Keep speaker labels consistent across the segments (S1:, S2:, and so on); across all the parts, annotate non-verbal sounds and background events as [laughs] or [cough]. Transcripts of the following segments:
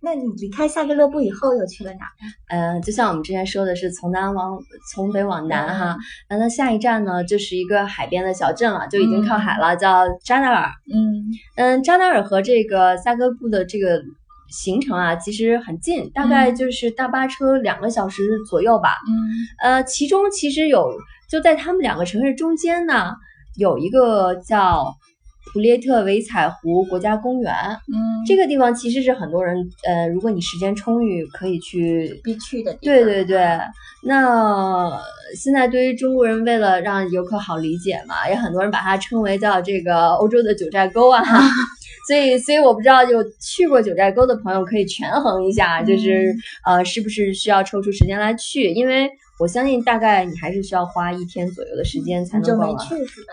S1: 那你离开夏俱乐部以后又去了哪？
S2: 呃，就像我们之前说的是从南往从北往南哈，那、那下一站呢就是一个海边的小镇了，就已经靠海了，叫扎达尔。
S1: 嗯
S2: 嗯，扎达尔和这个萨格布的这个行程啊，其实很近，大概就是大巴车两个小时左右吧。
S1: 嗯
S2: 呃，其中其实有就在他们两个城市中间呢，有一个叫普列特维采湖国家公园，
S1: 嗯，
S2: 这个地方其实是很多人呃，如果你时间充裕，可以去。
S1: 必去的地方。
S2: 对对对，
S1: 嗯
S2: 那现在对于中国人，为了让游客好理解嘛，也很多人把它称为叫这个欧洲的九寨沟啊。 [laughs] 所以，所以我不知道有去过九寨沟的朋友可以权衡一下，就是、
S1: 嗯
S2: 呃，是不是需要抽出时间来去？因为我相信大概你还是需要花一天左右的时间才
S1: 你就
S2: 能啊
S1: 没
S2: 逛完。
S1: 去是吧？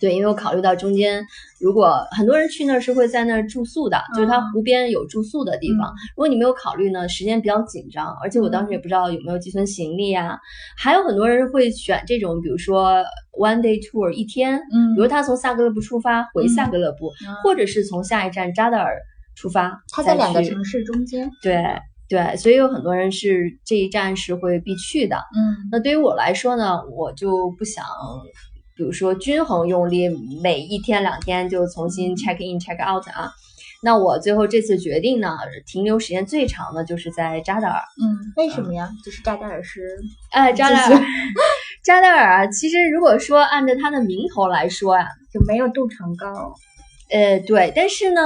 S2: 对，因为我考虑到中间，如果很多人去那儿是会在那儿住宿的，就是它
S1: 嗯
S2: 湖边有住宿的地方。
S1: 嗯
S2: 如果你没有考虑呢，时间比较紧张，而且我当时也不知道有没有寄存行李啊。还有很多人会选这种，比如说 one day tour 一天，
S1: 嗯
S2: 比如他从萨格勒布出发回萨格勒布，或者是从下一站扎达尔出发，
S1: 它在两个
S2: 去
S1: 城市中间。
S2: 对对，所以有很多人是这一站是会必去的。
S1: 嗯
S2: 那对于我来说呢，我就不想，比如说均衡用力，每一天两天就重新 check in check out 啊。那我最后这次决定呢，停留时间最长的就是在扎达尔。
S1: 嗯，为什么呀？就是扎达尔 [laughs] 是
S2: 哎，扎达
S1: 继续
S2: 尔， [laughs] 扎达尔啊，其实如果说按照它的名头来说呀、
S1: [laughs] 就没有杜城高。
S2: 呃，对，但是呢，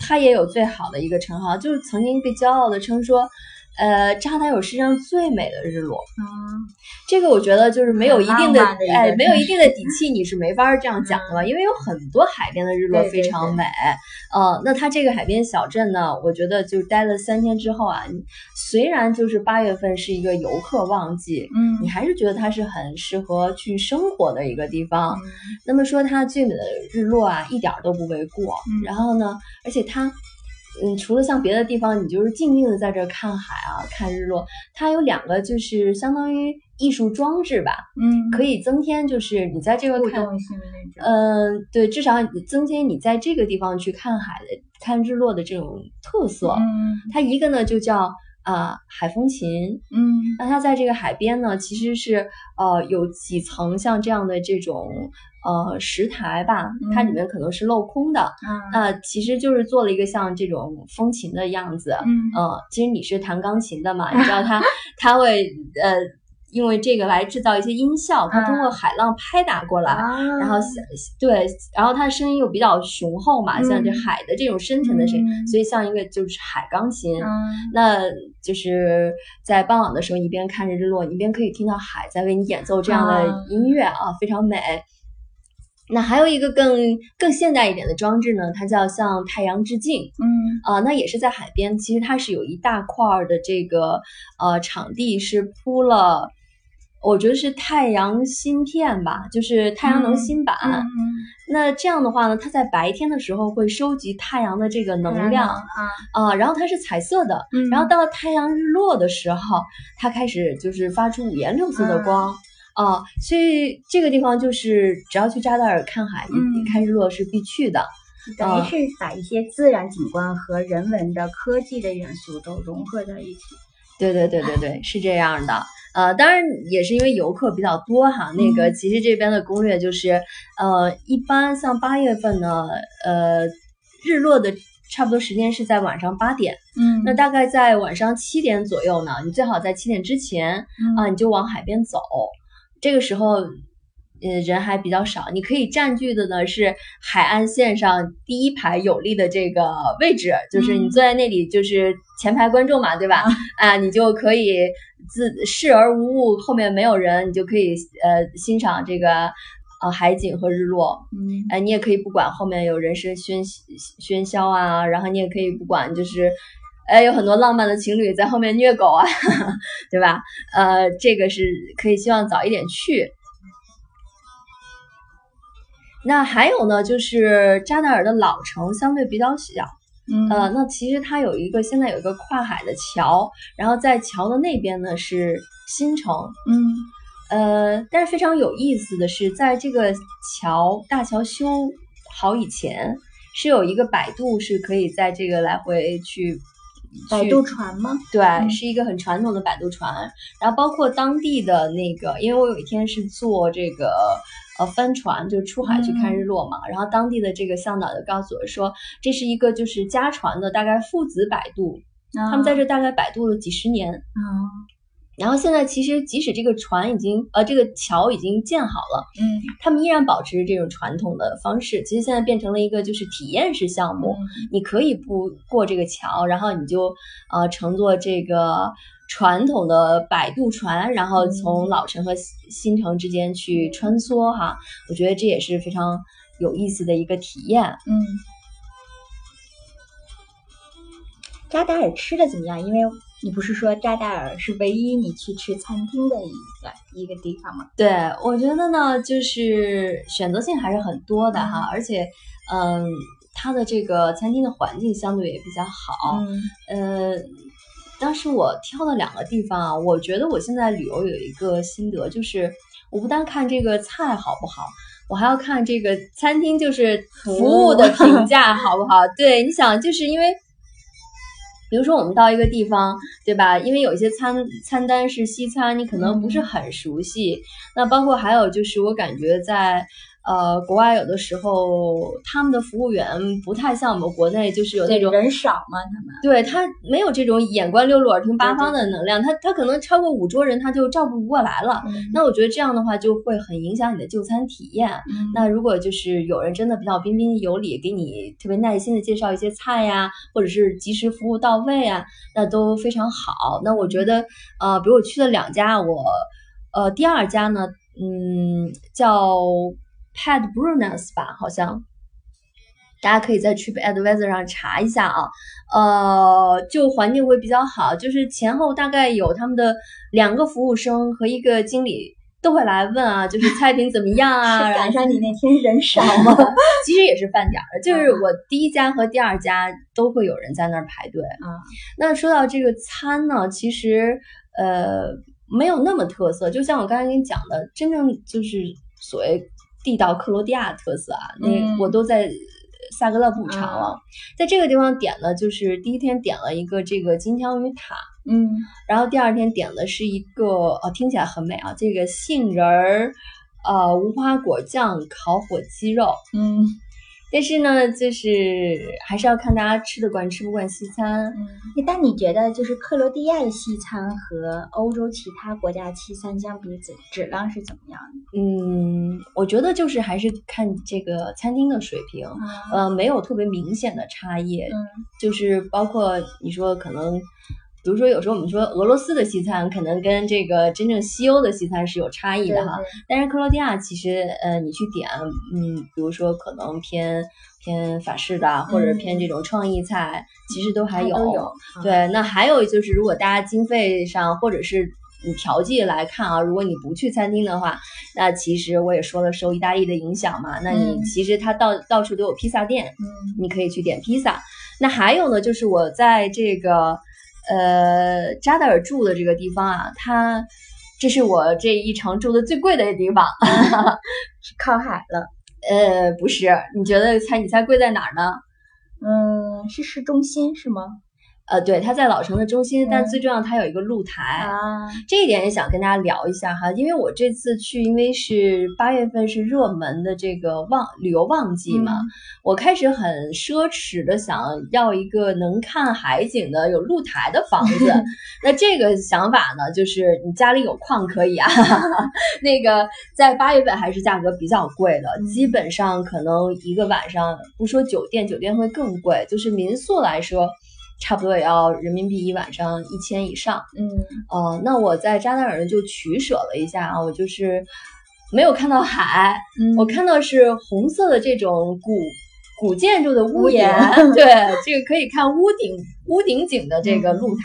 S2: 它也有最好的一个称号，就是曾经被骄傲的称说，呃，扎达尔世界上最美的日落。
S1: 嗯
S2: 这个我觉得就是没有一定的
S1: 浪漫的一个
S2: 哎，
S1: 城
S2: 没有一定的底气，你是没法儿这样讲的嘛，因为有很多海边的日落
S1: 对对
S2: 非常美。呃，那它这个海边小镇呢，我觉得就待了三天之后啊，你虽然就是八月份是一个游客旺季。
S1: 嗯
S2: 你还是觉得它是很适合去生活的一个地方。
S1: 嗯
S2: 那么说它最美的日落啊，一点儿都不为过。
S1: 嗯
S2: 然后呢，而且它，嗯，除了像别的地方，你就是静静的在这儿看海啊，看日落，它有两个就是相当于艺术装置吧，
S1: 嗯，
S2: 可以增添就是你在这个
S1: 互
S2: 看，
S1: 动性的那种。
S2: 嗯、对，至少你增添你在这个地方去看海的、看日落的这种特色。
S1: 嗯
S2: 它一个呢就叫啊、海风琴，
S1: 嗯
S2: 那它在这个海边呢，其实是呃有几层像这样的这种呃石台吧，它里面可能是镂空的，
S1: 嗯
S2: 那、其实就是做了一个像这种风琴的样子。
S1: 嗯
S2: 呃，其实你是弹钢琴
S1: [laughs]
S2: 的嘛，你知道它它会呃因为这个来制造一些音效，它
S1: 嗯
S2: 通过海浪拍打过来。
S1: 啊
S2: 然后像对，然后它的声音又比较雄厚嘛，像这
S1: 嗯
S2: 海的这种深沉的声音，
S1: 嗯
S2: 所以像一个就是海钢琴。
S1: 嗯
S2: 那就是在傍晚的时候，你一边看着日落，你一边可以听到海在为你演奏这样的音乐啊，非常美。那还有一个更更现代一点的装置呢，它叫向太阳致敬
S1: 嗯
S2: 啊、那也是在海边，其实它是有一大块儿的这个呃场地是铺了，我觉得是太阳芯片吧，就是太阳能
S1: 嗯
S2: 芯板。
S1: 嗯
S2: 那这样的话呢，它在白天的时候会收集太阳的这个能
S1: 能
S2: 量
S1: 啊，
S2: 啊、然后它是彩色的，
S1: 嗯
S2: 然后到了太阳日落的时候，它开始就是发出五颜六色的光。
S1: 嗯
S2: 啊，所以这个地方就是只要去扎达尔看海、
S1: 嗯
S2: 看日落是必去的。啊
S1: 等于是把一些自然景观和人文的科技的元素都融合在一起。
S2: 对对对对对，是这样的。呃，当然也是因为游客比较多哈。那个
S1: 嗯
S2: 其实这边的攻略就是，呃，一般像八月份呢，呃，日落的差不多时间是在晚上八点，
S1: 嗯
S2: 那大概在晚上七点左右呢，你最好在七点之前啊，
S1: 嗯
S2: 你就往海边走。这个时候，呃，人还比较少，你可以占据的呢是海岸线上第一排有利的这个位置，就是你
S1: 嗯
S2: 坐在那里，就是前排观众嘛，对吧？啊，你就可以自视而无物，后面没有人，你就可以呃欣赏这个呃海景和日落。
S1: 嗯
S2: 哎，你也可以不管后面有人声喧喧嚣啊，然后你也可以不管，就是，哎，有很多浪漫的情侣在后面虐狗啊， [laughs] 对吧？呃，这个是可以希望早一点去。那还有呢，就是扎达尔的老城相对比较小，
S1: 嗯
S2: 呃，那其实它有一个现在有一个跨海的桥，然后在桥的那边呢是新城，
S1: 嗯
S2: 呃，但是非常有意思的是，在这个桥大桥修好以前，是有一个摆渡是可以在这个来回去
S1: 摆
S2: 去
S1: 渡船吗？
S2: 对，
S1: 嗯
S2: 是一个很传统的摆渡船，然后包括当地的那个，因为我有一天是坐这个呃帆船，就出海去看日落嘛，然后当地的这个向导就告诉我说，这是一个就是家传的，大概父子摆渡，他们在这大概摆渡了几十年。
S1: 啊，
S2: 然后现在其实即使这个船已经呃这个桥已经建好了，
S1: 嗯，
S2: 他们依然保持这种传统的方式。其实现在变成了一个就是体验式项目，你可以不过这个桥，然后你就呃乘坐这个传统的摆渡船，然后从老城和新新城之间去穿梭哈。我觉得这也是非常有意思的一个体验。
S1: 嗯，扎达尔吃的怎么样？因为你不是说扎达尔是唯一你去吃餐厅的一个一个地方吗？
S2: 对我觉得呢，就是选择性还是很多的哈，而且嗯，它的这个餐厅的环境相对也比较好，
S1: 嗯
S2: 呃，当时我挑了两个地方啊，我觉得我现在旅游有一个心得，就是我不但看这个菜好不好，我还要看这个餐厅就是服务的
S1: 服务
S2: [laughs] 评价好不好。对，你想，就是因为。比如说，我们到一个地方，对吧？因为有一些餐餐单是西餐，你可能不是很熟悉。那包括还有就是，我感觉在呃国外有的时候，他们的服务员不太像我们国内，就是有那
S1: 对
S2: 种
S1: 人少嘛，他们
S2: 对他没有这种眼观六路、耳听八方的能量，他他可能超过五桌人，他就照顾不过来了。那我觉得这样的话就会很影响你的就餐体验。
S1: 嗯
S2: 那如果就是有人真的比较彬彬有礼，给你特别耐心的介绍一些菜呀、或者是及时服务到位啊，那都非常好。那我觉得，呃，比如我去了两家，我呃第二家呢，嗯，叫 Pad Brunas 吧，好像。大家可以在 TripAdvisor 上查一下啊，呃，就环境会比较好，就是前后大概有他们的两个服务生和一个经理都会来问啊，就是菜品怎么样啊，
S1: [laughs] 是
S2: 然后
S1: 赶上你那天人少吗？
S2: [laughs] 其实也是饭点儿了，就是我第一家和第二家都会有人在那儿排队。
S1: 啊，
S2: 那说到这个餐呢，其实呃没有那么特色，就像我刚才跟你讲的，真正就是所谓地道克罗地亚特色啊，那、
S1: 嗯
S2: 我都在。萨格勒布尝了，在这个地方点了，就是第一天点了一个这个金枪鱼塔，
S1: 嗯
S2: 然后第二天点的是一个，哦，听起来很美啊，这个杏仁儿，呃，无花果酱烤火鸡肉，
S1: 嗯
S2: 但是呢，就是还是要看大家吃得惯吃不惯西餐。
S1: 嗯。但你觉得就是克罗地亚的西餐和欧洲其他国家西餐相比，质质量是怎么样的？
S2: 嗯，我觉得就是还是看这个餐厅的水平，
S1: 啊，
S2: 呃，没有特别明显的差异。
S1: 嗯
S2: 就是包括你说可能，比如说有时候我们说俄罗斯的西餐可能跟这个真正西欧的西餐是有差异
S1: 对
S2: 的
S1: 对
S2: 哈。但是克罗地亚其实，呃，你去点，嗯，比如说可能偏偏法式的啊，或者
S1: 嗯
S2: 偏这种创意菜，其实都还
S1: 它
S2: 有。
S1: 都有。嗯
S2: 对，那还有就是，如果大家经费上或者是你调剂来看啊，如果你不去餐厅的话，那其实我也说了，受意大利的影响嘛，那你
S1: 嗯
S2: 其实它到到处都有披萨店，
S1: 嗯
S2: 你可以去点披萨。那还有呢，就是我在这个呃扎达尔住的这个地方啊，它这是我这一程住的最贵的地方。 [laughs]
S1: 靠海了。
S2: 呃，不是，你觉得猜你猜贵在哪儿呢？
S1: 嗯，是市中心是吗？
S2: 呃，对，它在老城的中心，但
S1: 嗯
S2: 最重要它有一个露台。
S1: 啊，
S2: 这一点也想跟大家聊一下哈，因为我这次去，因为是八月份是热门的这个旺旅游旺季嘛，
S1: 嗯
S2: 我开始很奢侈的想要一个能看海景的有露台的
S1: [laughs]
S2: 房子。那这个想法呢，就是你家里有矿可以啊，
S1: [laughs]
S2: 那个在八月份还是价格比较贵的，
S1: 嗯
S2: 基本上可能一个晚上不说酒店，酒店会更贵，就是民宿来说，差不多也要人民币一晚上一千以上。
S1: 嗯
S2: 哦，那我在扎达尔就取舍了一下啊，我就是没有看到海，
S1: 嗯
S2: 我看到是红色的这种古古建筑的屋
S1: 屋
S2: 檐
S1: 檐， [laughs]
S2: 对，这个可以看屋顶屋顶景的这个
S1: 嗯
S2: 露台。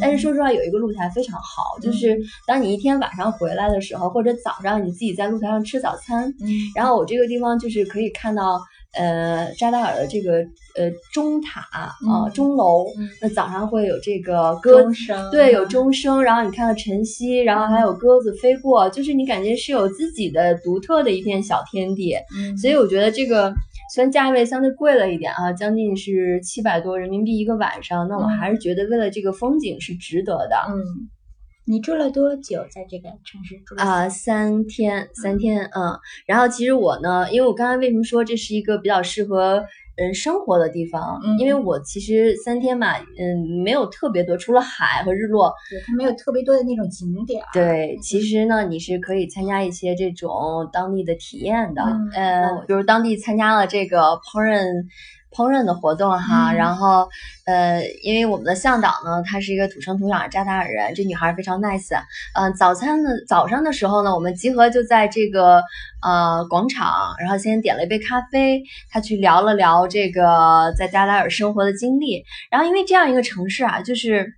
S2: 但是说实话，有一个露台非常好，就是当你一天晚上回来的时候，或者早上你自己在露台上吃早餐，
S1: 嗯
S2: 然后我这个地方就是可以看到，呃，扎达尔的这个呃钟塔啊、
S1: 嗯
S2: 钟楼，
S1: 嗯
S2: 那早上会有这个鸽
S1: 钟声
S2: 对，有钟声，然后你看到晨曦，然后还有鸽子飞过，就是你感觉是有自己的独特的一片小天地，
S1: 嗯
S2: 所以我觉得这个虽然价位相对贵了一点啊，将近是七百多人民币一个晚上，那我还是觉得为了这个风景是值得的。
S1: 嗯，你住了多久在这个城市住了？
S2: 啊、三天，三天，嗯，然后其实我呢，因为我刚才为什么说这是一个比较适合人生活的地方？
S1: 嗯
S2: 因为我其实三天嘛，嗯，没有特别多，除了海和日落，
S1: 对，它没有特别多的那种景点儿。
S2: 对，其实呢，你是可以参加一些这种当地的体验的，
S1: 嗯
S2: 呃，比如当地参加了这个烹饪烹饪的活动哈，
S1: 嗯
S2: 然后呃，因为我们的向导呢，他是一个土生土长的扎达尔人，这女孩非常 nice，嗯、呃，早餐的早上的时候呢，我们集合就在这个呃广场，然后先点了一杯咖啡，他去聊了聊这个在扎达尔生活的经历，然后因为这样一个城市啊，就是。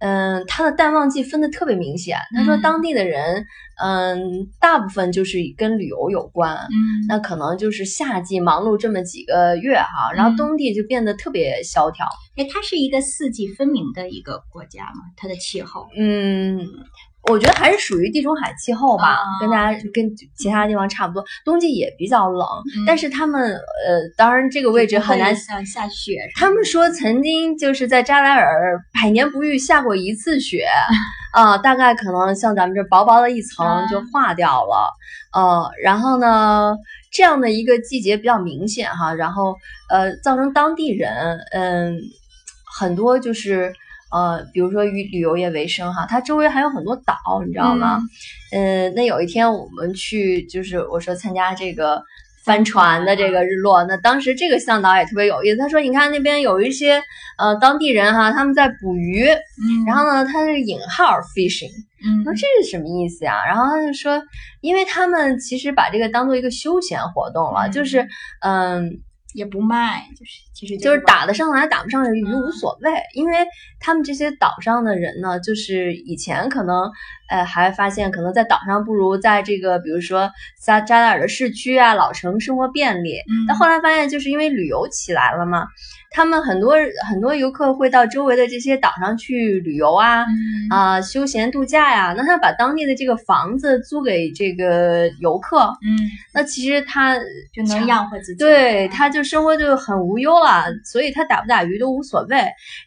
S2: 嗯，它的淡旺季分的特别明显。他说
S1: 嗯
S2: 当地的人，嗯，大部分就是跟旅游有关，
S1: 嗯
S2: 那可能就是夏季忙碌这么几个月哈，然后
S1: 嗯
S2: 冬季就变得特别萧条。
S1: 哎，它是一个四季分明的一个国家嘛，它的气候。
S2: 嗯，我觉得还是属于地中海气候吧，
S1: 啊
S2: 跟大家跟其他地方差不多，冬季也比较冷，
S1: 嗯
S2: 但是他们呃，当然这个位置
S1: 不会
S2: 很难。
S1: 像下雪什么的。
S2: 他们说曾经就是在扎达尔百年不遇下过一次雪，啊、大概可能像咱们这薄薄的一层就化掉了，呃，然后呢，这样的一个季节比较明显哈，然后呃，造成当地人嗯很多就是呃，比如说以旅游业为生哈，它周围还有很多岛，你知道吗？嗯，那有一天我们去，就是我说参加这个帆船的这个日落，那当时这个向导也特别有意思，他说你看那边有一些呃当地人哈，他们在捕鱼，
S1: 嗯，
S2: 然后呢，他是引号 fishing，
S1: 嗯
S2: 我说这是什么意思呀？然后他就说，因为他们其实把这个当做一个休闲活动了，
S1: 嗯
S2: 就是嗯，
S1: 也不卖，就是其实
S2: 就是
S1: 玩
S2: 打得上来打不上来鱼
S1: 嗯
S2: 无所谓，因为他们这些岛上的人呢，就是以前可能呃还发现可能在岛上不如在这个比如说扎扎达尔的市区啊老城生活便利，
S1: 嗯
S2: 但后来发现，就是因为旅游起来了嘛，他们很多很多游客会到周围的这些岛上去旅游啊，
S1: 嗯
S2: 啊、休闲度假呀、那他把当地的这个房子租给这个游客，
S1: 嗯，
S2: 那其实他
S1: 就能养活自己。
S2: 对，他就生活就很无忧了，所以他打不打鱼都无所谓。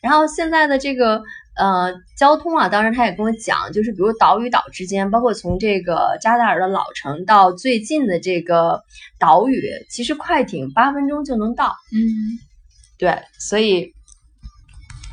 S2: 然后现在的这个呃交通啊，当时他也跟我讲，就是比如岛与岛之间，包括从这个扎达尔的老城到最近的这个岛屿，其实快艇八分钟就能到。
S1: 嗯
S2: 对，所以，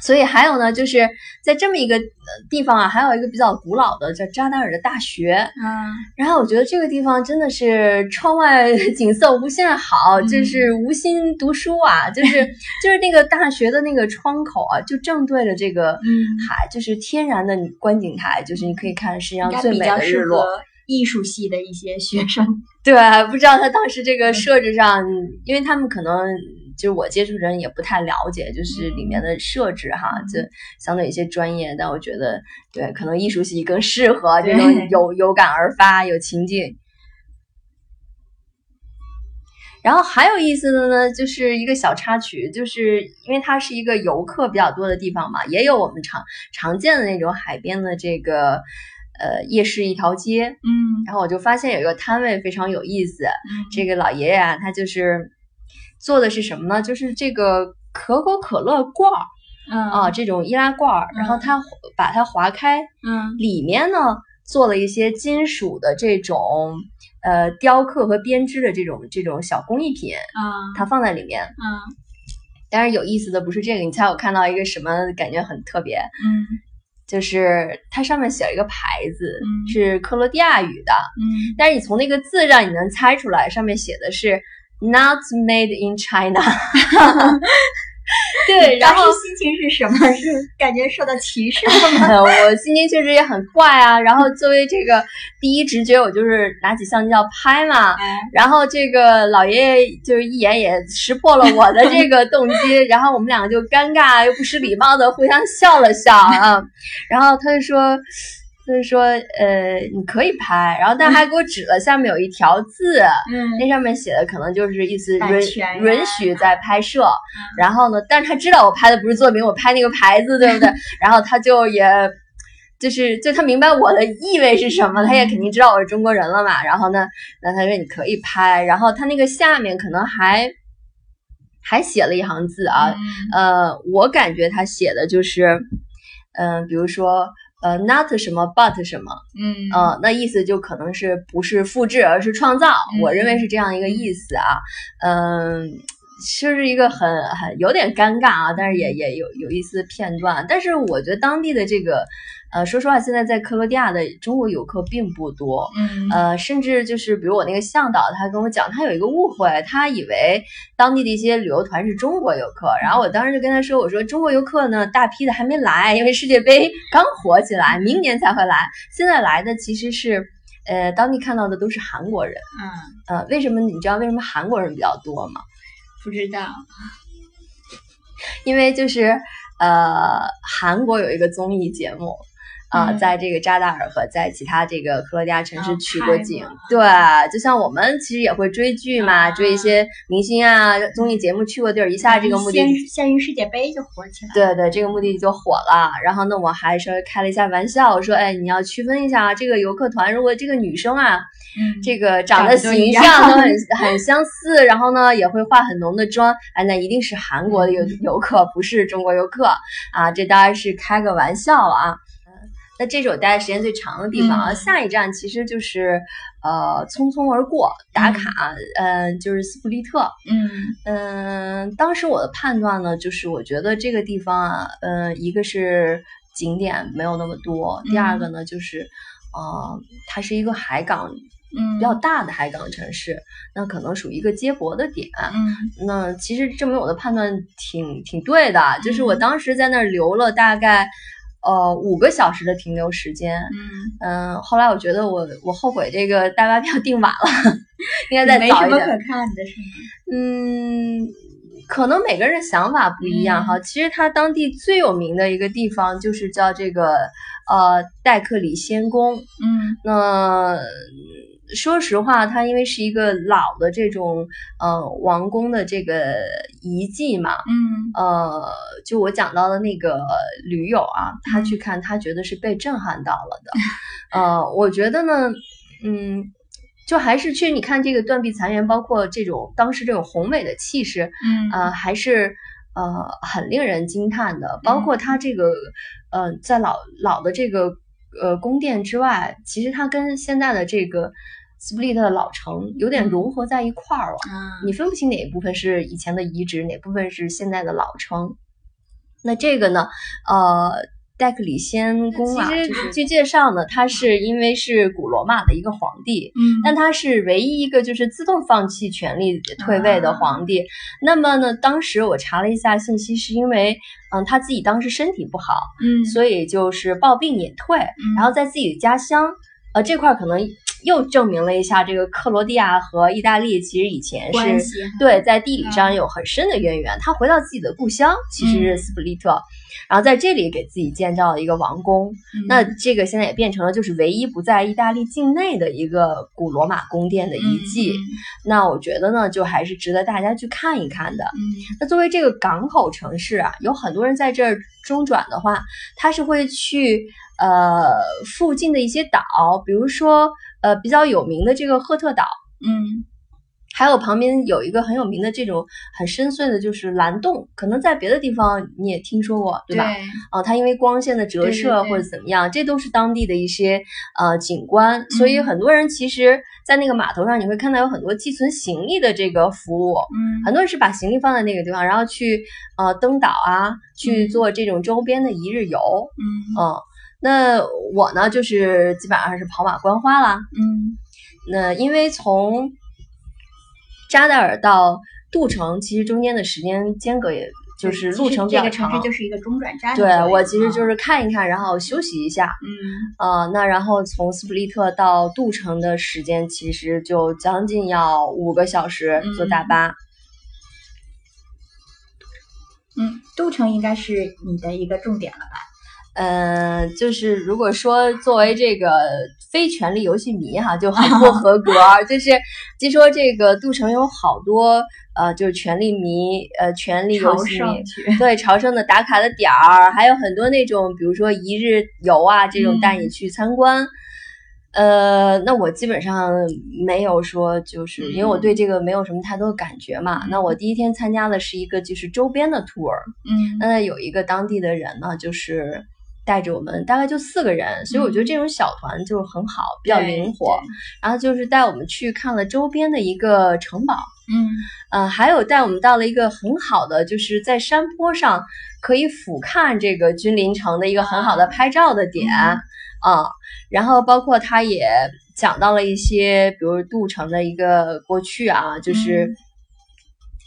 S2: 所以还有呢，就是在这么一个呃地方啊，还有一个比较古老的叫扎达尔的大学。
S1: 嗯
S2: 然后我觉得这个地方真的是窗外 [laughs] 景色无限好，
S1: 嗯
S2: 就是无心读书啊，就是
S1: [laughs]
S2: 就是那个大学的那个窗口啊，就正对着这个
S1: 嗯，
S2: 海，就是天然的观景台，就是你可以看世界上
S1: 应该
S2: 最
S1: 比
S2: 美
S1: 较
S2: 的日
S1: 适
S2: 落。
S1: 合艺术系的一些学
S2: [laughs]
S1: 生。
S2: 对，啊不知道他当时这
S1: 嗯
S2: 个设置上，因为他们可能就是我接触的人也不太了解，就是里面的设置哈，
S1: 嗯
S2: 就相对有些专业，但我觉得对，可能艺术系更适合这
S1: 对 [laughs]
S2: 种有有感而发，有情境。然后还有意思的呢，就是一个小插曲，就是因为它是一个游客比较多的地方嘛，也有我们常常见的那种海边的这个呃夜市一条街，
S1: 嗯
S2: 然后我就发现有一个摊位非常有意思，
S1: 嗯
S2: 这个老爷爷啊，他就是做的是什么呢？就是这个可口可乐罐儿
S1: 嗯
S2: 啊，这种易拉罐儿，然后
S1: 嗯
S2: 他把它划开，
S1: 嗯
S2: 里面呢做了一些金属的这种呃雕刻和编织的这种这种小工艺品，
S1: 嗯
S2: 它放在里面。
S1: 嗯
S2: 但是有意思的不是这个，你猜我看到一个什么感觉很特别？
S1: 嗯
S2: 就是它上面写了一个牌子，
S1: 嗯
S2: 是克罗地亚语的，
S1: 嗯，
S2: 但是你从那个字上你能猜出来，上面写的是 not made in China。对，然后
S1: 当时心情是什么？是
S2: [laughs]
S1: 感觉受到歧视了吗？
S2: 呃我心情确实也很怪啊。然后作为这个第一直觉，我就是拿起相机要拍嘛。
S1: 哎
S2: 然后这个老爷爷就是一眼也识破了我的这个动机， [laughs] 然后我们两个就尴尬又不失礼貌的互相笑了笑啊。然后他就说，他就说，呃，你可以拍，然后但还给我指了下面有一条字，
S1: 嗯
S2: 那上面写的可能就是意思
S1: 版
S2: 允
S1: 权呀嗯
S2: 允许在拍摄，
S1: [laughs]
S2: 然后呢，但是他知道我拍的不是作品，我拍那个牌子，对不对？然后他就也就是就他明白我的意味是什么，他也肯定知道我是中国人了嘛。然后呢，那他说你可以拍，然后他那个下面可能还还写了一行字啊，
S1: 嗯
S2: 呃，我感觉他写的就是，嗯、比如说呃，not 什么 but 什么，
S1: 嗯
S2: 呃，那意思就可能是不是复制，而是创造，我认为是这样一个意思啊，嗯、就是一个很很有点尴尬啊，但是也也有有一丝片段，但是我觉得当地的这个，呃，说实话，现在在克罗地亚的中国游客并不多，
S1: 嗯
S2: 呃，甚至就是比如我那个向导，他跟我讲，他有一个误会，他以为当地的一些旅游团是中国游客，然后我当时就跟他说，我说中国游客呢，大批的还没来，因为世界杯刚火起来，明年才会来，现在来的其实是。呃，当地看到的都是韩国人，
S1: 嗯，
S2: 呃，为什么你知道为什么韩国人比较多吗？
S1: 不知道，
S2: 因为就是呃，韩国有一个综艺节目。啊、
S1: 嗯
S2: 在这个扎达尔和在其他这个克罗地亚城市
S1: 啊
S2: 取
S1: 拍
S2: 过
S1: 过
S2: 景，对，就像我们其实也会追剧嘛，
S1: 啊
S2: 追一些明星啊、综艺节目去过地儿，一下这个目的
S1: 嗯先
S2: 地，
S1: 先于世界杯就火起来，
S2: 对对，这个目的地就火了。然后呢，我还稍微开了一下玩笑，我说，哎，你要区分一下啊，这个游客团，如果这个女生啊，
S1: 嗯，
S2: 这个长得
S1: 长得都
S2: 形
S1: 一
S2: 象
S1: 样
S2: 都很很相似，然后呢也会化很浓的妆，哎，那一定是韩国的游
S1: 嗯
S2: 游客，不是中国游客啊，这当然是开个玩笑啊。那这是我待的时间最长的地方啊，
S1: 嗯
S2: 下一站其实就是呃匆匆而过打卡，呃就是斯普利特，
S1: 嗯
S2: 嗯，当时我的判断呢，就是我觉得这个地方啊，嗯，一个是景点没有那么多，第二个呢就是，呃，它是一个海港
S1: 嗯
S2: 比较大的海港城市，那可能属于一个接驳的点。
S1: 嗯
S2: 那其实证明我的判断挺挺对的，就是
S1: 嗯
S2: 我当时在那儿留了大概呃五个小时的停留时间。
S1: 嗯，
S2: 嗯，后来我觉得我我后悔这个大巴票订晚了， [laughs] 应该再
S1: 没
S2: 早
S1: 什
S2: 一
S1: 么
S2: 点。
S1: 可看的是吗？
S2: 嗯，可能每个人想法不一样哈。
S1: 嗯
S2: 其实它当地最有名的一个地方就是叫这个呃戴克里仙宫。
S1: 嗯
S2: 那说实话，它因为是一个老的这种呃王宫的这个遗迹嘛，
S1: 嗯
S2: 呃，就我讲到的那个驴友啊，他去看，他觉得是被震撼到了的。呃，我觉得呢，嗯，就还是去你看这个断壁残垣，包括这种当时这种宏伟的气势，
S1: 嗯
S2: 呃，还是呃很令人惊叹的。包
S1: 嗯
S2: 括它这个，呃，在老老的这个呃宫殿之外，其实它跟现在的这个 Split 的老城有
S1: 嗯
S2: 点融合在一块儿了。
S1: 啊
S2: 你分不清哪一部分是以前的遗址，哪部分是现在的老城。那这个呢，呃，戴克里先宫啊，
S1: 其实
S2: 就是据介绍呢，它是因为是古罗马的一个皇帝。
S1: 嗯
S2: 但他是唯一一个就是自动放弃权力退位
S1: 啊
S2: 的皇帝。那么呢，当时我查了一下信息，是因为嗯他自己当时身体不好，
S1: 嗯
S2: 所以就是抱病隐退，
S1: 嗯
S2: 然后在自己的家乡，呃，这块儿可能又证明了一下这个克罗地亚和意大利其实以前
S1: 关
S2: 是
S1: 系哈
S2: 对在地理上有很深的渊源。他回到自己的故乡，其实是
S1: 嗯
S2: 斯普利特，然后在这里给自己建造了一个王宫。那
S1: 嗯
S2: 这个现在也变成了就是唯一不在意大利境内的一个古罗马宫殿的遗迹。
S1: 嗯
S2: 那我觉得呢，就还是值得大家去看一看的。
S1: 嗯
S2: 那作为这个港口城市啊，有很多人在这儿中转的话，他是会去呃附近的一些岛，比如说呃比较有名的这个赫特岛，
S1: 嗯
S2: 还有旁边有一个很有名的这种很深邃的，就是蓝洞，可能在别的地方你也听说过，对吧？啊，它因为光线的折
S1: 对对
S2: 射
S1: 对
S2: 或者怎么样，这都是当地的一些呃景观，所以
S1: 嗯
S2: 很多人其实，在那个码头上你会看到有很多寄存行李的这个服务，
S1: 嗯
S2: 很多人是把行李放在那个地方，然后去呃登岛啊，去
S1: 嗯
S2: 做这种周边的一日游，
S1: 嗯
S2: 嗯。那我呢，就是基本上是跑马观花啦。
S1: 嗯
S2: 那因为从扎达尔到杜城，其实中间的时间间隔也就是路程比
S1: 这
S2: 较
S1: 个
S2: 长
S1: 城。市就是一个中转站的
S2: 对
S1: 作用啊。
S2: 我其实就是看一看，然后休息一下。
S1: 嗯
S2: 呃，那然后从斯普利特到杜城的时间其实就将近要五个小时坐大
S1: 嗯
S2: 巴。
S1: 嗯，杜城应该是你的一个重点了吧？
S2: 嗯、呃，就是如果说作为这个非
S1: [laughs]
S2: 权力游戏迷哈，就很不合格。就是据说这个杜城有好多呃，就是权力迷，呃，权力游
S1: 朝
S2: 戏
S1: 圣
S2: 迷，
S1: 去， [laughs]
S2: 对朝圣的打卡的点儿，还有很多那种，比如说一日游啊这种带你去参观。呃，那我基本上没有说，就是因为我对这个没有什么太多的感觉嘛。那我第一天参加的是一个就是周边的 tour，
S1: 嗯
S2: 那有一个当地的人呢，就是带着我们，大概就四个人，所以我觉得这种小团就是很好， [laughs] 比较灵活。然后就是带我们去看了周边的一个城堡，
S1: 嗯，
S2: 呃，还有带我们到了一个很好的，就是在山坡上可以俯瞰这个君临城的一个很好的拍照的点
S1: 嗯
S2: 啊、然后包括他也讲到了一些，比如杜城的一个过去啊，就是。
S1: 嗯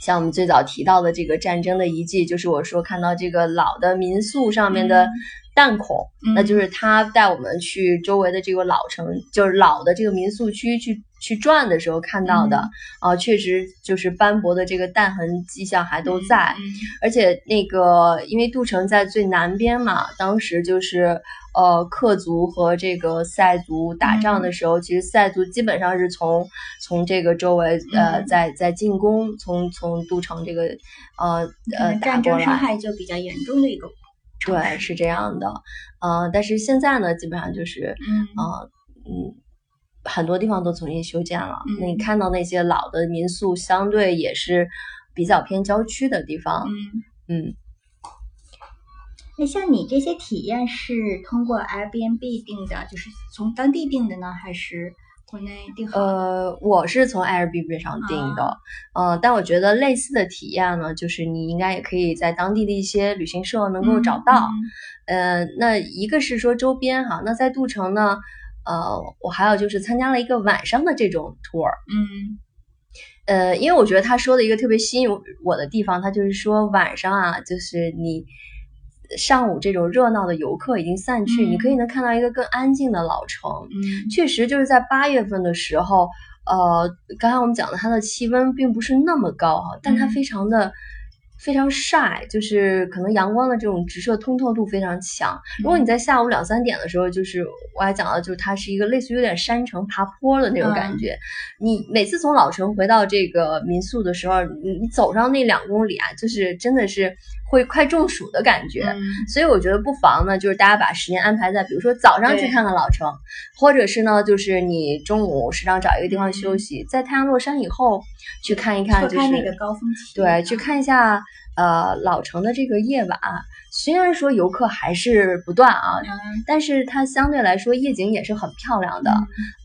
S2: 像我们最早提到的这个战争的遗迹，就是我说看到这个老的民宿上面的
S1: 嗯
S2: 弹孔，
S1: 嗯
S2: 那就是他带我们去周围的这个老城，就是老的这个民宿区去去转的时候看到的。
S1: 嗯
S2: 啊，确实就是斑驳的这个弹痕迹象还都在，
S1: 嗯
S2: 而且那个因为杜城在最南边嘛，当时就是呃克族和这个塞族打
S1: 嗯
S2: 仗的时候，其实塞族基本上是从从这个周围呃
S1: 嗯
S2: 在在进攻，从从杜城这个呃
S1: 可
S2: 呃
S1: 能
S2: 打
S1: 嗯战
S2: 过
S1: 争伤
S2: 来。
S1: 害就比较严重的一个城
S2: 对，
S1: 市，
S2: 是这样的，呃，但是现在呢，基本上就是，
S1: 嗯
S2: 呃，嗯，很多地方都重新修建了。那你
S1: 嗯
S2: 看到那些老的民宿，相对也是比较偏郊区的地方。
S1: 嗯。
S2: 嗯，
S1: 那像你这些体验是通过 Airbnb 定的，就是从当地定的呢，还是国内定好？
S2: 呃，我是从 Airbnb 上订的，
S1: 啊
S2: 呃，但我觉得类似的体验呢，就是你应该也可以在当地的一些旅行社
S1: 嗯
S2: 能够找到。呃，那一个是说周边哈，那在杜城呢，呃，我还有就是参加了一个晚上的这种 tour，
S1: 嗯，
S2: 呃，因为我觉得他说的一个特别吸引我的地方，他就是说晚上啊，就是你上午这种热闹的游客已经散去，你可以能看到一个更安静的老城。
S1: 嗯嗯，
S2: 确实，就是在八月份的时候，呃，刚才我们讲的，它的气温并不是那么高哈，但它
S1: 嗯
S2: 非常的、非常晒，就是可能阳光的这种直射通透度非常强。如
S1: 嗯
S2: 果你在下午两三点的时候，就是我还讲到，就是它是一个类似于有点山城爬坡的那种感
S1: 嗯
S2: 觉。你每次从老城回到这个民宿的时候，你你走上那两公里啊，就是真的是会快中暑的感觉。
S1: 嗯
S2: 所以我觉得不妨呢，就是大家把时间安排在，比如说早上去
S1: 对
S2: 看看老城，或者是呢，就是你中午适当找一个地方休息，在太阳落山以后去看一看，
S1: 嗯错
S2: 就
S1: 开
S2: 是
S1: 那个高峰期，
S2: 对，去看一下呃老城的这个夜晚。虽然说游客还是不断啊，
S1: 嗯
S2: 但是它相对来说夜景也是很漂亮的。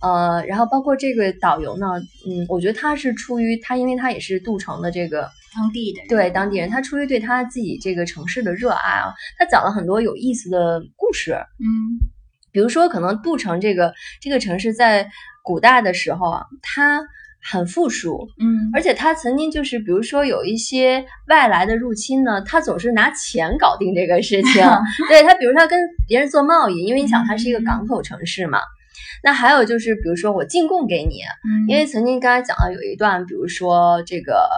S2: 呃，然后包括这个导游呢，嗯，我觉得他是出于他，因为他也是杜城的这个
S1: 当地的人
S2: 对当地人，他出于对他自己这个城市的热爱啊，他讲了很多有意思的故事，
S1: 嗯
S2: 比如说可能杜城这个这个城市在古代的时候啊，它很富庶，
S1: 嗯，
S2: 而且它曾经就是比如说有一些外来的入侵呢，它总是拿钱搞定这个事情，对它，比如它跟别人做贸易，因为你想它是一个港口城市嘛。那还有就是，比如说我进贡给你，啊
S1: 嗯
S2: 因为曾经刚才讲到有一段，比如说这个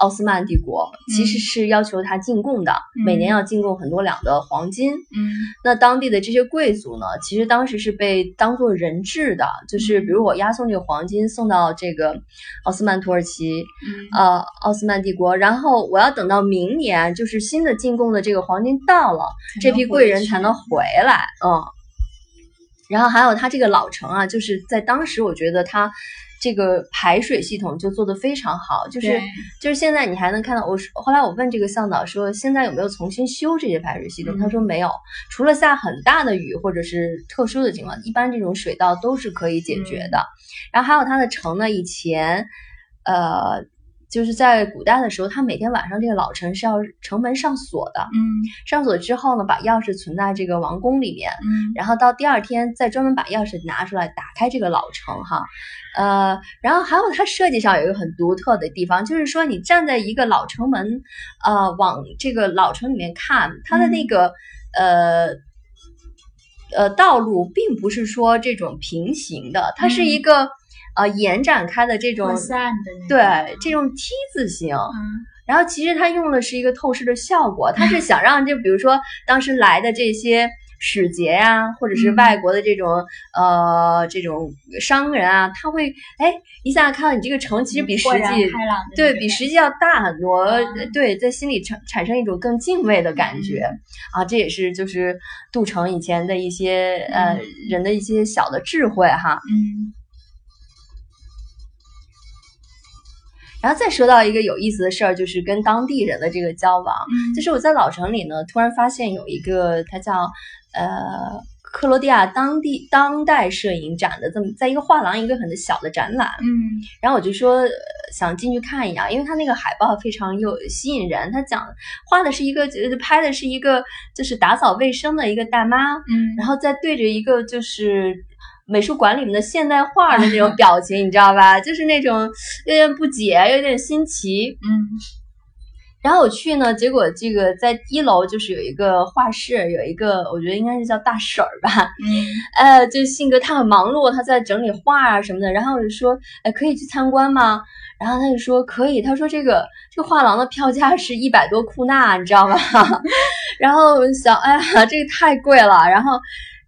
S2: 奥斯曼帝国其实是要求他进贡的，
S1: 嗯
S2: 每年要进贡很多两的黄金。
S1: 嗯
S2: 那当地的这些贵族呢，其实当时是被当做人质的，就是
S1: 嗯
S2: 比如我押送这个黄金送到这个奥斯曼土耳其，
S1: 嗯
S2: 呃，奥斯曼帝国，然后我要等到明年，就是新的进贡的这个黄金到了，这批贵人才能回来，嗯。然后还有它这个老城啊，就是在当时我觉得它这个排水系统就做得非常好，就是
S1: 对
S2: 就是现在你还能看到我说，后来我问这个向导说，现在有没有重新修这些排水系统？
S1: 嗯
S2: 他说没有，除了下很大的雨或者是特殊的情况，一般这种水道都是可以解决
S1: 嗯
S2: 的。然后还有它的城呢，以前呃就是在古代的时候，它每天晚上这个老城是要城门上锁的，
S1: 嗯
S2: 上锁之后呢，把钥匙存在这个王宫里面，
S1: 嗯
S2: 然后到第二天再专门把钥匙拿出来打开这个老城哈，呃，然后还有它设计上有一个很独特的地方，就是说你站在一个老城门，呃，往这个老城里面看，它的那个、呃。呃，道路并不是说这种平行的，它是一个、呃延展开的这种
S1: 扩，散的那种
S2: 对这种 T 字形，
S1: 嗯
S2: 然后其实它用的是一个透视的效果，它是想让就比如说当时来的这些使节呀、或者是
S1: 嗯
S2: 外国的这种、呃这种商人啊，他会哎一下看到你这个城其实比
S1: 嗯
S2: 实
S1: 豁然
S2: 际
S1: 开朗的那
S2: 对
S1: 种
S2: 比
S1: 感
S2: 实际要大很多，呃
S1: 啊
S2: 对，在心里产产生一种更敬畏的感觉、
S1: 嗯
S2: 啊，这也是就是杜城以前的一些、呃
S1: 嗯
S2: 人的一些小的智慧哈。
S1: 嗯
S2: 然后再说到一个有意思的事儿，就是跟当地人的这个交往，
S1: 嗯，
S2: 就是我在老城里呢，突然发现有一个它叫呃克罗地亚当地当代摄影展的这么在一个画廊一个很小的展览，
S1: 嗯
S2: 然后我就说呃想进去看一眼，因为它那个海报非常有吸引人。它讲画的是一个，就是拍的是一个就是打扫卫生的一个大妈，
S1: 嗯，
S2: 然后再对着一个就是美术馆里面的现代画的那种表情，你知道吧？就是那种有点不解，有点新奇。
S1: 嗯
S2: 然后我去呢，结果这个在一楼就是有一个画室，有一个我觉得应该是叫大婶儿吧， [laughs]
S1: 嗯
S2: 呃，这性格他很忙碌，他在整理画啊什么的。然后我就说，哎，可以去参观吗？然后他就说可以。他说这个这个画廊的票价是一百多库纳，你知道吗？ [laughs] 然后我就想，哎呀，这个太贵了。然后，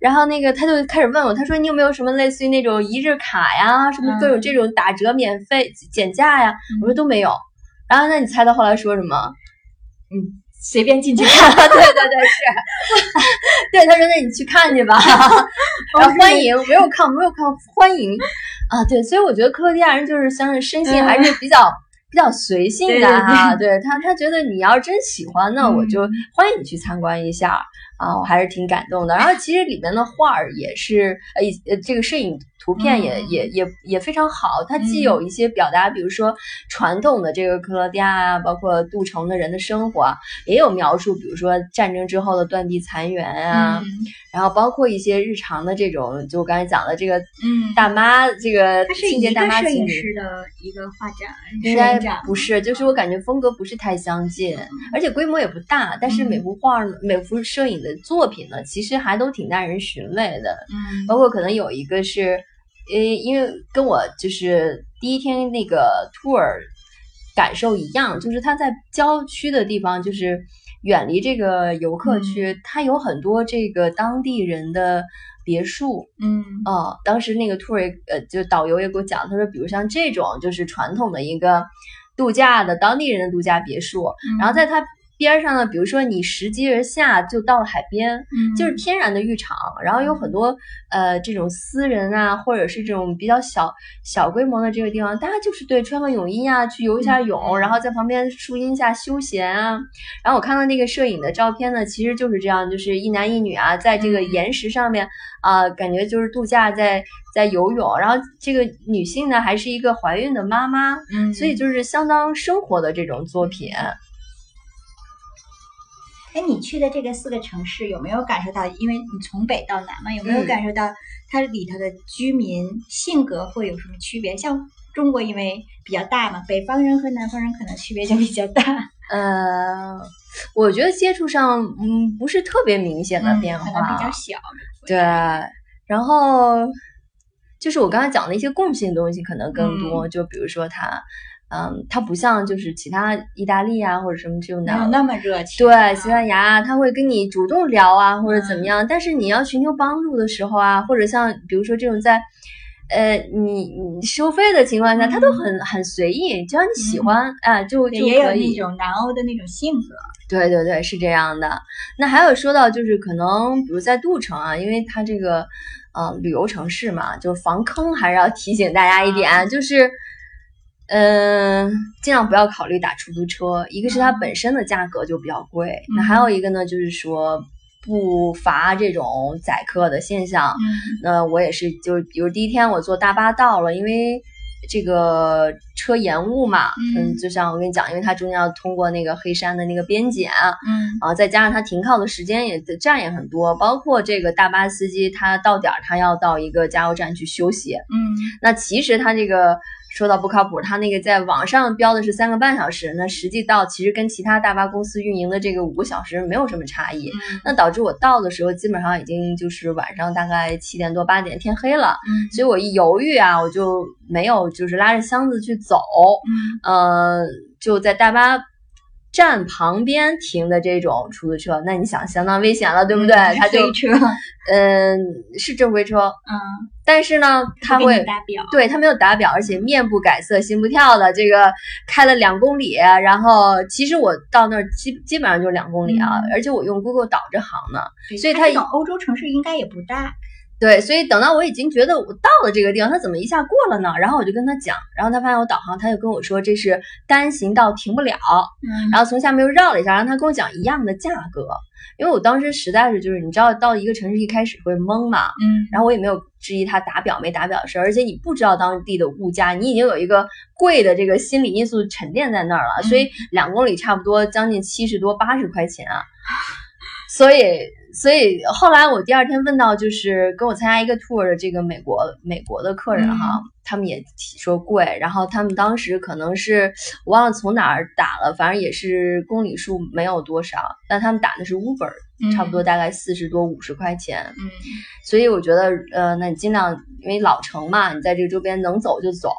S2: 然后那个他就开始问我，他说你有没有什么类似于那种一日卡呀，什么各种这种打折、免费、减价呀？我说都没有。然后那你猜他后来说什么？
S1: 随便 [laughs] 进去看，
S2: 对 [laughs] 对对，是， [laughs] 对，他说那你去看去吧，
S1: 哦
S2: 然后欢迎，welcome welcome，欢迎啊，对，所以我觉得克罗地亚人就是相对生性还是比较、比较随性的哈、嗯对嗯他他觉得你要是真喜欢，那我就欢迎你去参观一下。啊，我还是挺感动的。然后其实里面的画儿也是，呃，以呃这个摄影图片也、
S1: 嗯
S2: 也也也非常好。它
S1: 嗯
S2: 既有一些表达，比如说传统的这个克罗地亚啊，包括杜城的人的生活啊，也有描述，比如说战争之后的断壁残垣
S1: 嗯
S2: 啊，然后包括一些日常的这种，就我刚才讲的这个
S1: 嗯，
S2: 大妈，这个
S1: 他是
S2: 清
S1: 一
S2: 洁
S1: 个
S2: 大妈
S1: 摄
S2: 情
S1: 影
S2: 侣。
S1: 师的一个画展，摄
S2: 应该
S1: 影展
S2: 不是，就是我感觉风格不是太相近，而且规模也不大，但是每
S1: 嗯
S2: 幅画儿呢、每幅摄影的作品呢，其实还都挺耐人寻味的。
S1: 嗯
S2: 包括可能有一个是，呃，因为跟我就是第一天那个 tour 感受一样，就是它在郊区的地方，就是远离这个游客区，它有很多这个当地人的别墅。
S1: 嗯
S2: 啊、当时那个 tour 也呃，就导游也给我讲，他说，比如像这种就是传统的一个度假的当地人的度假别墅，
S1: 嗯
S2: 然后在它边上呢，比如说你拾级而下就到了海边，
S1: 嗯
S2: 就是天然的浴场，然后有很多呃这种私人啊，或者是这种比较小小规模的这个地方，大家就是对穿个泳衣啊去游一下泳，
S1: 嗯
S2: 然后在旁边树荫下休闲啊。然后我看到那个摄影的照片呢，其实就是这样，就是一男一女啊，在这个
S1: 嗯
S2: 岩石上面啊、感觉就是度假在在游泳，然后这个女性呢还是一个怀孕的妈妈，
S1: 嗯，
S2: 所以就是相当生活的这种作品。
S1: 哎，你去的这个四个城市有没有感受到？因为你从北到南嘛，有没有
S2: 嗯
S1: 感受到它里头的居民性格会有什么区别？像中国因为比较大嘛，北方人和南方人可能区别就比较大，
S2: 呃，我觉得接触上，嗯，不是特别明显的
S1: 嗯
S2: 变
S1: 可能
S2: 化，
S1: 比较小。
S2: 对。然后就是我刚才讲的一些共性的东西可能更多，就比如说它，嗯，它不像就是其他意大利啊或者什么这种
S1: 没有
S2: 南
S1: 嗯那么热情啊，嗯
S2: 对西班牙啊，他会跟你主动聊啊，或者怎么样。但是你要寻求帮助的时候啊，或者像比如说这种在，呃，你你收费的情况下，他都很很随意，只要你喜欢，啊，就
S1: 嗯对
S2: 就
S1: 也有
S2: 可
S1: 那
S2: 以。
S1: 种南欧的那种性格，
S2: 对对对，是这样的。那还有说到就是可能，比如在杜城啊，因为它这个呃旅游城市嘛，就是防坑还是要提醒大家一点，
S1: 啊
S2: [laughs] 就是嗯、呃尽量不要考虑打出租车。一个是它本身的价格就比较贵，那还有一个呢就是说不乏这种宰客的现象。
S1: 嗯
S2: 那我也是，就是比如第一天我坐大巴到了，因为这个车延误嘛，
S1: 嗯
S2: 就像我跟你讲，因为它中间要通过那个黑山的那个边检，
S1: 嗯
S2: 啊，再加上它停靠的时间也站也很多，包括这个大巴司机他到点儿他要到一个加油站去休息，
S1: 嗯
S2: 那其实他这个说到不靠谱，他那个在网上标的是三个半小时，那实际到其实跟其他大巴公司运营的这个五个小时没有什么差异。
S1: 嗯
S2: 那导致我到的时候，基本上已经就是晚上大概七点多八点，天黑了。
S1: 嗯，
S2: 所以我一犹豫啊，我就没有就是拉着箱子去走，
S1: 嗯
S2: 呃，就在大巴站旁边停的这种出租车，那你想相当危险了，对不对？
S1: 嗯
S2: 他就
S1: 黑车，嗯，
S2: 嗯是正规车，但是呢，他
S1: 给
S2: 会
S1: 你打表，
S2: 对他没有打表，而且面不改色心不跳的，这个开了两公里，然后其实我到那儿基基本上就两公里啊，
S1: 嗯
S2: 而且我用 Google 导着航呢，
S1: 对
S2: 所以
S1: 它
S2: 它
S1: 这种欧洲城市应该也不大，
S2: 对，所以等到我已经觉得我到了这个地方，他怎么一下过了呢？然后我就跟他讲，然后他发现我导航，他就跟我说这是单行道停不了，
S1: 嗯，
S2: 然后从下面又绕了一下，然后他跟我讲一样的价格，因为我当时实在是就是你知道到一个城市一开始会懵嘛，
S1: 嗯，
S2: 然后我也没有质疑他打表没打表的事儿，而且你不知道当地的物价，你已经有一个贵的这个心理因素沉淀在那儿了，
S1: 嗯
S2: 所以两公里差不多将近七十多八十块钱啊，所以所以后来我第二天问到就是跟我参加一个 tour 的这个美国美国的客人哈。
S1: 嗯
S2: 他们也提说贵，然后他们当时可能是我忘了从哪儿打了，反正也是公里数没有多少，但他们打的是 Uber，
S1: 嗯
S2: 差不多，大概四十多五十块钱。
S1: 嗯，
S2: 所以我觉得，呃，那你尽量，因为老城嘛，你在这个周边能走就走，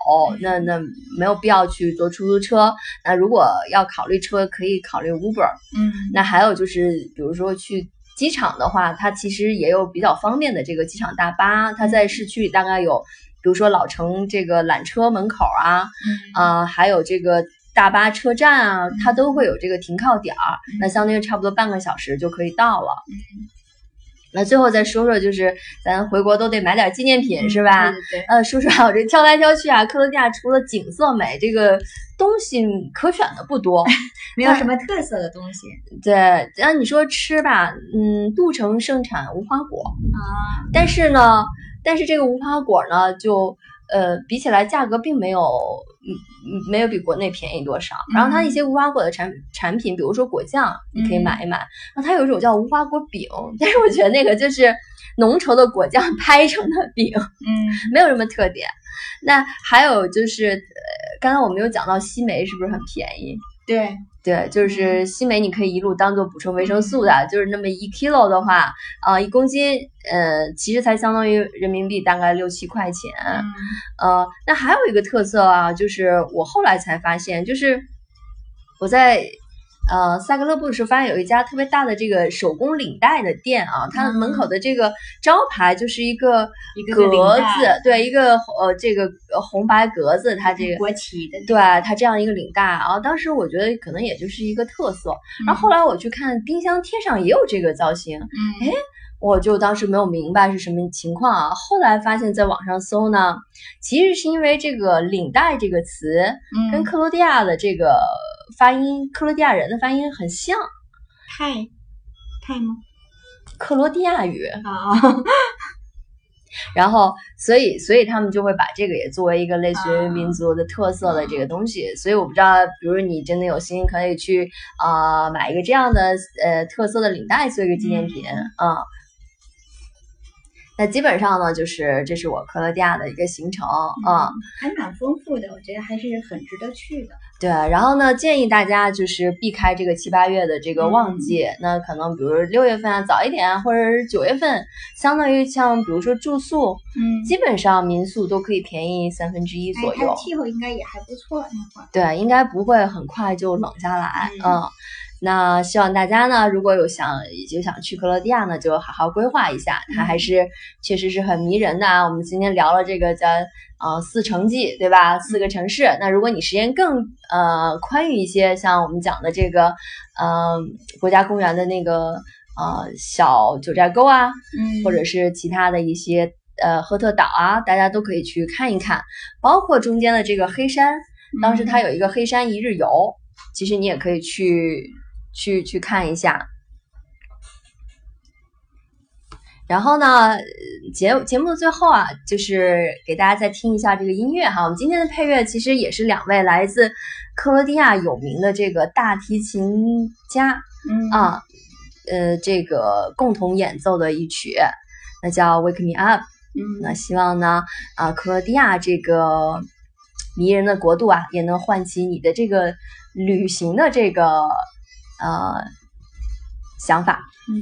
S2: 那那没有必要去坐出租车。那如果要考虑车，可以考虑 Uber。
S1: 嗯，
S2: 那还有就是，比如说去机场的话，它其实也有比较方便的这个机场大巴，它在市区里大概有，比如说老城这个缆车门口啊，
S1: 嗯，
S2: 啊、还有这个大巴车站啊，它都会有这个停靠点儿，那相当于差不多半个小时就可以到了。那最后再说说，就是咱回国都得买点纪念品，是吧？
S1: 嗯对对对，
S2: 呃，说实话，我这挑来挑去啊，克罗地亚除了景色美，这个东西可选的不多。
S1: 没有什么特色的东西
S2: 对，然后你说吃吧，嗯，杜城盛产无花果，
S1: 啊，
S2: 但是呢，但是这个无花果呢，就呃比起来价格并没有，嗯嗯，没有比国内便宜多少。
S1: 嗯
S2: 然后它一些无花果的产产品，比如说果酱，你可以
S1: 嗯
S2: 买一买。然后它有一种叫无花果饼，但是我觉得那个就是浓稠的果酱拍成的饼，
S1: 嗯，
S2: 没有什么特点。那还有就是，呃，刚才我们有讲到西梅是不是很便宜？
S1: 对，
S2: 对，
S1: 嗯
S2: 就是西梅，你可以一路当做补充维生素的，就是那么一 kilo 的话，呃，一公斤，呃，其实才相当于人民币大概六七块钱，
S1: 嗯，
S2: 呃，那还有一个特色啊，就是我后来才发现，就是我在呃萨格勒布的时候，发现有一家特别大的这个手工领带的店啊，它门口的这个招牌就是一个
S1: 嗯一个个领
S2: 格
S1: 带
S2: 子，对，一个呃这个呃红白格子，它这个
S1: 国旗的，
S2: 对它这样一个领带啊，当时我觉得可能也就是一个特色。然后后来我去看冰箱贴上也有这个造型，
S1: 嗯，
S2: 我就当时没有明白是什么情况啊。后来发现，在网上搜呢，其实是因为这个“领带”这个词
S1: 嗯，
S2: 跟克罗地亚的这个发音，克罗地亚人的发音很像，
S1: 泰泰吗？
S2: 克罗地亚语。
S1: 啊，
S2: 然后，所以，所以他们就会把这个也作为一个类似于民族的特色的这个东西。所以我不知道，比如你真的有心，可以去啊、呃买一个这样的呃特色的领带做一个纪念品啊、那基本上呢，就是这是我克罗地亚的一个行程啊、
S1: 嗯还蛮丰富的，我觉得还是很值得去的。
S2: 对，然后呢，建议大家就是避开这个七八月的这个旺季，那可能比如六月份啊早一点啊，或者是九月份，相当于像比如说住宿，
S1: 嗯
S2: 基本上民宿都可以便宜三分之一
S1: 哎
S2: 左，
S1: 它
S2: 右
S1: 的。气候应该也还不错，那会儿。
S2: 对，应该不会很快就冷下来。
S1: 嗯
S2: 嗯，那希望大家呢，如果有想有想去克罗地亚呢，就好好规划一下，
S1: 嗯
S2: 它还是确实是很迷人的啊。我们今天聊了这个叫呃四城记，对吧？
S1: 嗯
S2: 四个城市。那如果你时间更呃宽裕一些，像我们讲的这个呃国家公园的那个呃小九寨沟啊，
S1: 嗯
S2: 或者是其他的一些呃赫特岛啊，大家都可以去看一看，包括中间的这个黑山，当时它有一个黑山一日游，其实你也可以去去去看一下。然后呢，呃节节目的最后啊，就是给大家再听一下这个音乐哈。我们今天的配乐其实也是两位来自克罗地亚有名的这个大提琴家，
S1: 嗯，
S2: 啊，呃，这个共同演奏的一曲，那叫《Wake Me Up》。那
S1: 嗯，
S2: 希望呢，啊，克罗地亚这个迷人的国度啊，也能唤起你的这个旅行的这个呃想法。
S1: 嗯，